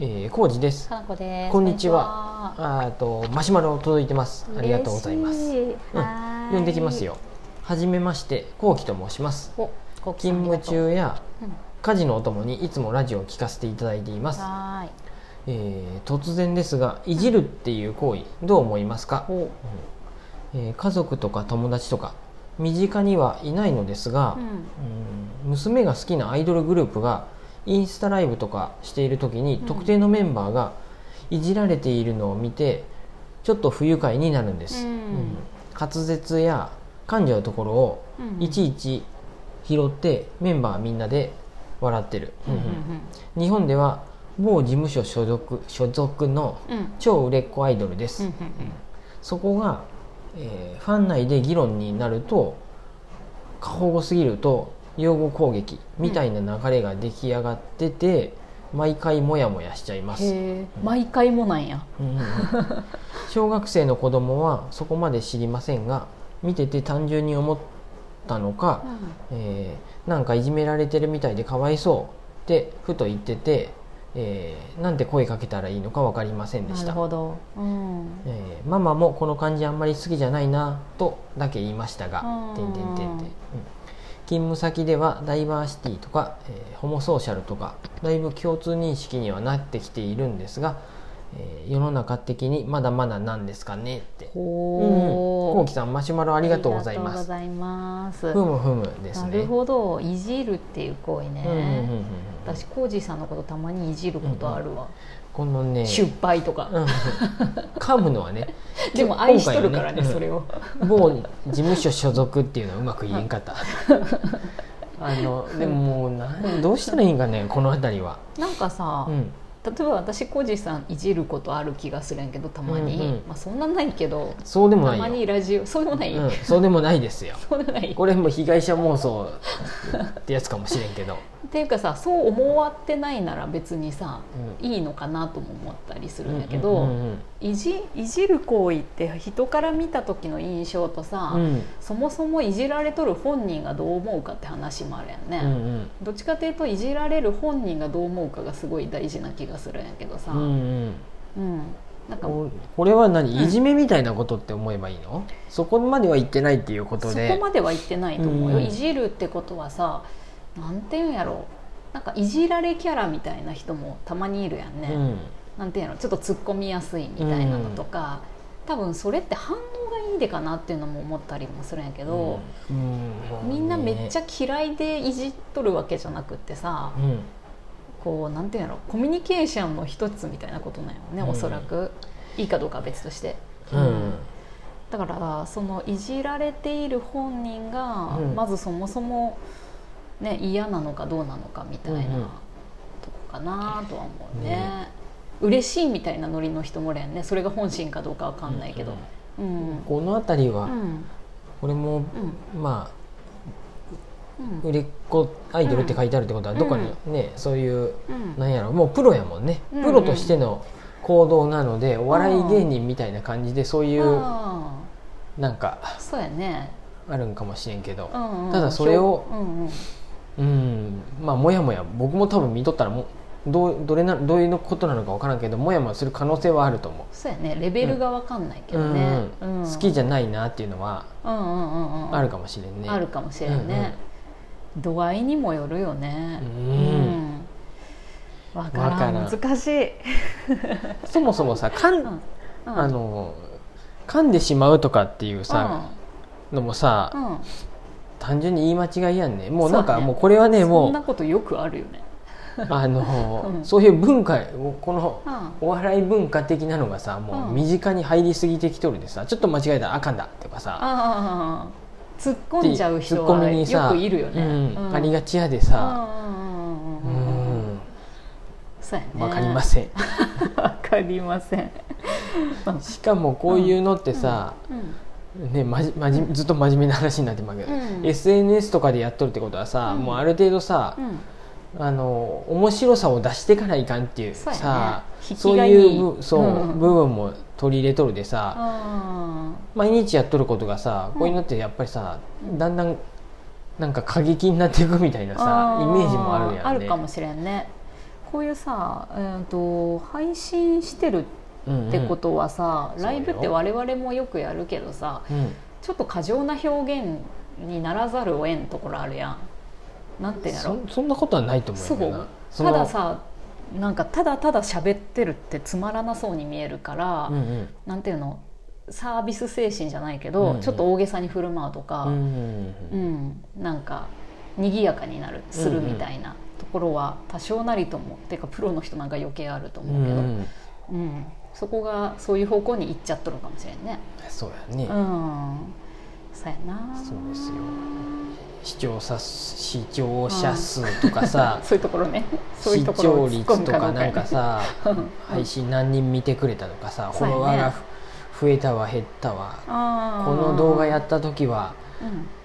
えー、コウジです。かなこです。こんにちは。あーとマシュマロ届いてますこ。んにちは。ありがとうございます。嬉しいはーい呼んできます。よ。はじめまして、コウキと申します。お、ごきさ勤ん務ありがとう。中やうん家事のおともにいつもラジオを聞かせていただいています。はえー、突然ですが、いじるっていう行為どう思いますかーい。。お、えー家族とか友達とか身近にはいないのですがう、ん。うん娘が好きなアイドルグループがインスタライブとかしている時にうん特定のメンバーがいじられているのを見てちょっと不愉快になるんです、うん滑舌や噛んじゃうところをうんいちいち拾ってメンバーみんなで笑ってる、うんうん日本では某事務所所属所属のうん。うん超売れっ子アイドルです、うんうんそこが、えーファン内で議論になると過保護すぎると擁護攻撃みたいな流れが出来上がってて、毎回モヤモヤしちゃいまうん。す、へえ、毎回もなんや。うんうんうん小学生の子供はそこまで知りませんが見てて単純に思ったのか、えーなんかいじめられてるみたいでかわいそうってふと言ってて、えーなんて声かけたらいいのか分かりませんでなしるたほど。うん。えーママもこの感じあんまり好きじゃないなとだけ言いましたがうん点々点々うん勤務先ではダイバーシティとか、えーホモソーシャルとかだいぶ共通認識にはなってきているんですが、えー世の中的にまだまだなんですかねってうんうんほこうきさんマシュマロあありがとうございりがとうまごすざいますふむふむですなねるほど、いじるっていう行為うんうんうんうんうね。ん私、コージーさんのことたまにいじることあるわ。このね失敗とかう。んうん噛むのはねでも愛しとるから今回はねねそれを某事務所所属っていうのはうまく言えんか ったあのでももうなんどうしたらいいんかねこの辺りは、なんかさ、うん、例えば私コージーさんいじることある気がするんやけどたまに、うんうんまあ、そんなないけどそうでもたないよまにラジオそうでもない、うん、そうでもないですよそうでもないこれも被害者妄想ってやつかもしれん けど、っていうかさそう思わってないなら別にさういいのかなとも思ったりするん、んだけど、うんうんいじいじる行為って人から見た時の印象とさ、うんそもそもいじられとる本人がどう思うかって話もあるやんね、うんうんどっちかっていうといじられる本人がどう思うかがすごい大事な気がするんやけどさ、うんうんうん、なんかここれは何うんいじめみたいなことって思えばいいの、そこまでは言ってないっていうことそでこまでは言ってないと思うよ、うんいじるってことはさなんていうんやろなんかいじられキャラみたいな人もたまにいるやんね、うんなんていうんやろちょっと突っ込みやすいみたいなのとか、多分それって反応がいいでかなっていうのも思ったりもするんやけど、うんみんなめっちゃ、ゃ嫌いでいじっとるわけじゃなくってさうんこうなんていうんやろコミュニケーションの一つみたいなことなんやろね、うんおそらくいいかどうかは別として。うんだからそのいじられている本人がうんまずそもそも、ね、嫌なのかどうなのかみたいなうんうんとこかなとは思うね、嬉しいみたいなノリの人もおるやんねそれが本心かどうかわかんないけどうんうんこの辺りうは、んこれもまあうん売れっ子アイドルって書いてあるってことはうんどっかにね、そういううんなんやろもうプロやもんねうんプロとしての行動なのでお笑い芸人みたいな感じでそういうあなんかあそうやね、あるんかもしれんけどうんうん、ただそれをうんうんうんまあもやもや僕も多分見とったらもうどうどれなどういうことなのか分からんけどもやもやする可能性はあると思そうやねレベルがわかんないけう、どね、ううんん好きじゃないなっていうのはうんうんうんうんあるかもしれんね、あるかもしれんね、度合いにもよるよねううんんわからんわからん難しい、そもそもさかん、うんあの噛んでしまうとかっていうさ、のもさ、うんうん単純に言い間違いやんねもうなんそかうねもうこれはねそんなもことよくあるよね、うあの、うんそういう文化このうんお笑い文化的なのがさもう身近に入りすぎてきとるでさちょっと間違えたらあかんだとかさああ突っ込んじゃう人ツッコはミにさよくいるよね、うんありががちやでさううんうんうんうんうんんそうやねわかりませせ ん、んわかりません、しかもこういうのってさ、うんねまじまじずっと真面目な話になってまうけど、うん SNS とかでやっとるってことはさ、うんもうある程度さ、うんあの面白さを出してからいかんっていうそうやねさ引そきうがいいいうぶそう、うん部分も取り入れとるでさあ毎日やっとることがさこういうのってやっぱりさ、だんだんなんか過激になっていくみたいなーさあイーメージもあるやんねあるかもしれんねこういうさ、えー、と配信してるうんってことはさ、うんライブっそうてよ我々もよくやるけどさうん、ちょっと過剰な表現にならざるをえんところあるやんなんていうんやろそそんなことはないと思そうよなそたのださなんかただただ喋ってるってつまらなそうに見えるから、うんうんなんていうのサービス精神じゃないけど、うんちょっと大げさに振る舞うとか、うんううんん、なんか賑やかになるするみたいなところは多少なりともっていうかプロの人なんか余計あるとうん思うけど、ううんんそこがそういう方向に行っちゃっとるかもしれんね。そうやね、うんそうやなそうですよ視聴者視聴者数とかさそういうところねそういう視ところ聴を突っ込率むとかどかうなんかさうんうん配信何人見てくれたとかさフそうォやねロワーがふ増えたわ減ったわあーこの動画やった時は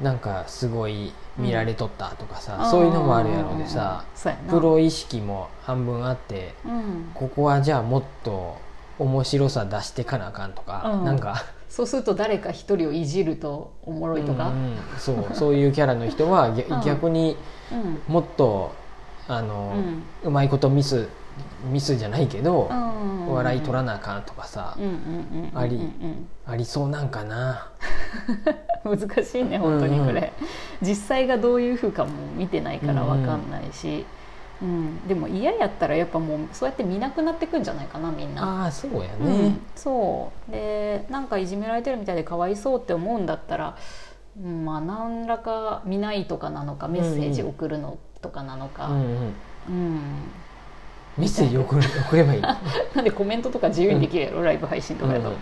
うんなんかすごい見られとったとかさ、あーそういうのもあるやろでさそうやなプロ意識も半分あってうん、ここはじゃあもっと面白さ出してかなあかんとか、うんなんかそうすると誰か一人をいじるとおもろいとうか、んそうそういうキャラの人 はぎゃうん逆にうんもっとあうの、んうまいことミスミスじゃないけど、うん笑い取らなあかんとかさうん、うんうんうんうんありありそうなんかな難しいね本当にこれ、うんうん実際がどういうふうかも見てないから分かんないし、うんでも嫌やったらやっぱもうそうやって見なくなってくんじゃないかなみんな。ああそうやうねん、そうでなんかいじめられてるみたいでかわいそうって思うんだったら、うんまあ何らか見ないとかなのかメッセージ送るのとかなのか、うんうんうんメッセージ送れ送ればいい、なんでコメントとか自由にできるやろ、ライブ配信とかだと、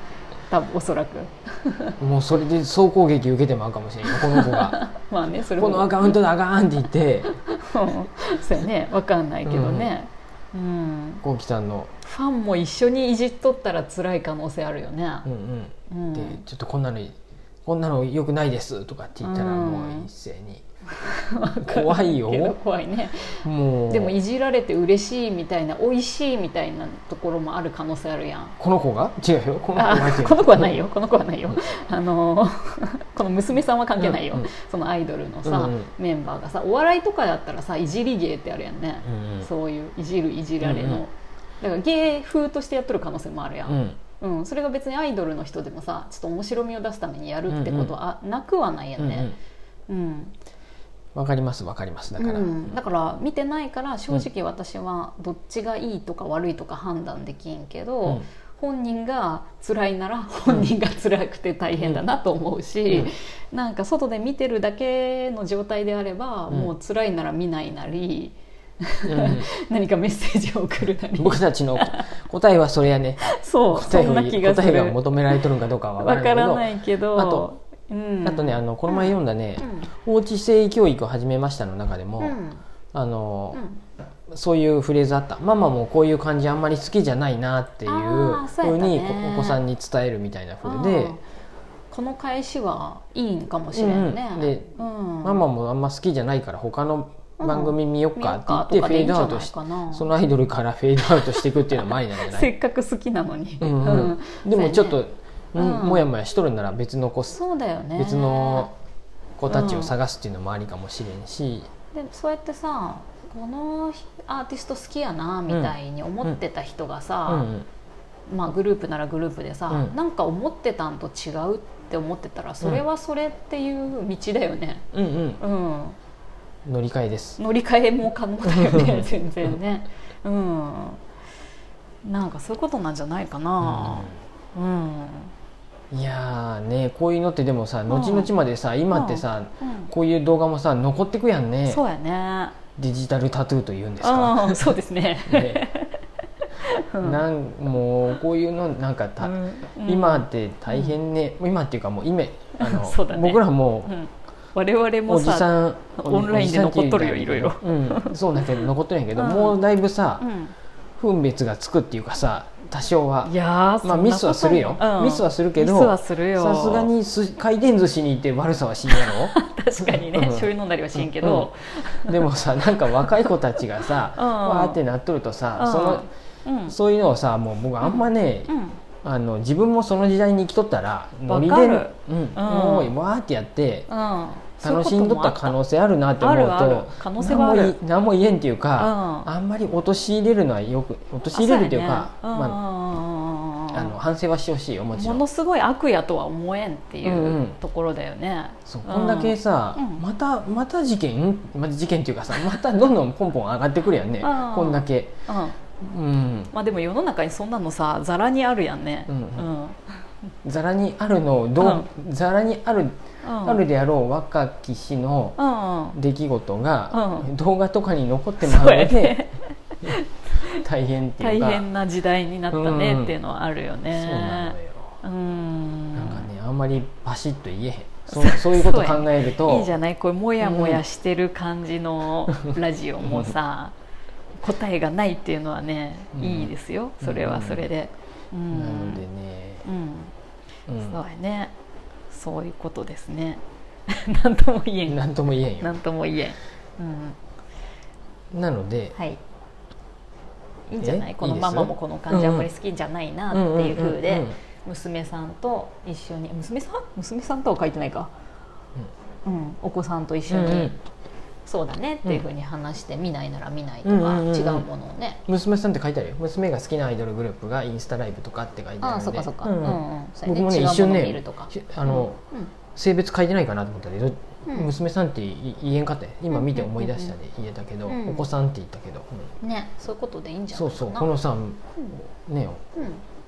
多分おそらくうんもうそれで総攻撃受けてまうかもしれんよこの子 がまあねそれこのアカウントだあかんって言ってうん そうやねわかんないけどね、うんこうきさんのファンも一緒にいじっとったら辛い可能性あるよね、 「うんうん」うんで「ちょっとこんなのこんなの良くないです」とかって言ったらうんもう一斉にわ かんないけど怖いよ怖いねもうでもいじられて嬉しいみたいな美味しいみたいなところもある可能性あるやんこの子が違うよこの子があ違うこの子はないよこの子はないよあの この娘さんは関係ないよ、うんうんそのアイドルのさ、うんうんメンバーがさお笑いとかだったらさいじり芸ってあるやんね、うんうんそういういじるいじられうの、んうんだから芸風としてやっとる可能性もあるやん、うんうん、それが別にアイドルの人でもさちょっと面白みを出すためにやるってことは、あなくはないやうんんうねん、うんわかりますわかりますだから、うんだから見てないから正直私はどっちがいいとか悪いとか判断できんけど、うん本人が辛いなら本人が辛くて大変だなと思うし、なんか外で見てるだけの状態であれば、うんもう辛いなら見ないなり、うんうん 何かメッセージを送るなり 僕たちの答えはそれやねそうそ答えんをな気がす答えるが求められとるんかどうかはわ分かかららなないいけどあと,、うんけ、どあとねあのこの前読んだねう「ん放置性教育を始めました」の中でも、うんあのうんそういうフレーズあった「ママもこういう感じあんまり好きじゃないな」っていうあーそふううやったねにおお子さんに伝えるみたいなふうであーこの返しはいいんかもしれんね、ううんんでママもあんま好きじゃないから他の番組見よっ見かようかってと言っかてフェでいいーんじドアゃウトないしてかなそのアイドルから フェードアウトしていくっていうのもありなんじゃなせ いっかく好きなのに、うんうんでもちょっと、ううんんもやもやしとるんなら別の子そうだよね別の子たちを探すっていうのもありかもしれんし、でそうやってさこのアーティスト好きやなみたいに思ってた人うがんうさ、んまあ、グループならグループでさ、うんなんか思ってたんと違うって思ってたらそれはそれっていう道だよね、うんうんうん、乗り換えです、乗り換えも可能だようんね全然ね、うん、なんかそういうことなんじゃないかな、うんいやーねこういうのってでもさ後々までさ、今ってさ、うんこういう動画もさ残ってくやんねそうやねデジタルタトゥーというんですか、うんそうですねね うんなんもうこういうのなんかた、うん今って大変ね、今っていうかもう今あの そうだね僕らもううん我々もおじささんオンラインで残っとるよおじさんって言うたらうんそうだけど残っとるんやけど、うんもうだいぶさ、う分別がつくっていうかさ多少はん、いやーそんまあなことミスはするよ、うんミスはするけどミスはするよさすがにす回転寿司に行って悪さはしんや確かにね、うん醤油飲んだりはしんけど、ろ でもさなんか若い子たちがさ、うんわーってなっとるとさ、うんそのうんうんそういうのをさもう僕あんまね、あの自分もその時代に生きとったらノリで、わかるうんもうわーってやってうん楽しんどった可能性あるなって思うとあるある可能性はあ何もるい何も言えんっていうか、ああんまり陥れるのはよく陥れるっていうかまあ、あのも反省はしてほしいよもちろんのすごい悪やとは思えんっていんううんうところだよね。そうこんだけさ、うんまたまた事件また事件っていうかさまたどんどんポンポン上がってくるやんねうんこんだけうんまうんあでも世の中にそんなのさざらにあるやんね。うんうんざらにあるのをどうざらにあるあるであろう若き日のうんうん出来事がう動画とかに残ってまうそうのやでね大変っていう大か変な時代になったねっていうのはあるよそうなねの。ようんなんかねあんまりパシッと言えへんそうそういうこと考えるといいじゃないこれもやもやしてる感じのラジオもさ、答えがないっていうのはね、うんいいですよそれはそれで。うんなのでね、うんうんそうやねそういうことですね なんとも言えんなんとも言えんなよんとも言えん、うん、なので、はいいいんじゃないえこのいいですママもこの感じあんまり好きじゃないなっていうふうで娘さんと一緒に娘さん娘さんとは書いてないか、うん、お子さんと一緒に、うんうんそうだねっていうふうに話して、見ないなら見ないとか、うんうんうんうん違うものをね娘さんって書いてあるよ娘が好きなアイドルグループがインスタライブとかって書いてあるんでああそっかそっか、ううんんううんんそうや僕もね一違う瞬ものを見るねとか、ひあの、うん性別書いてないかなと思ったけど、うん娘さんってい言えんかったよ今見て思い出したで言えたけど、うんお子さんって言ったけど、うんねそういうことでいいんじうんゃそないうそかなうこのさねうんうん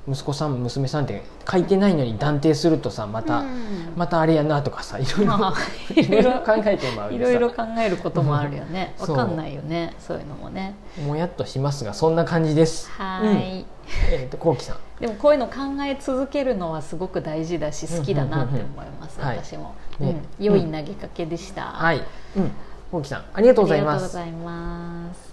息子さん娘さんって書いてないのに断定するとさまた、うんまたあれやなとかさいろいろ、まあ いろいろ考えてまういよろいろさ考えることもあるよねわそうかんないよねそういうのもねもやっとしますがそんな感じですはーい、えっ、とこうきさんでもこういうの考え続けるのはすごく大事だし好きだなって思います、うんうんうんうん私も、はいねうん、良い投げかけでした、はい、うん、こうきさんありがとうございありがまとうごすざいます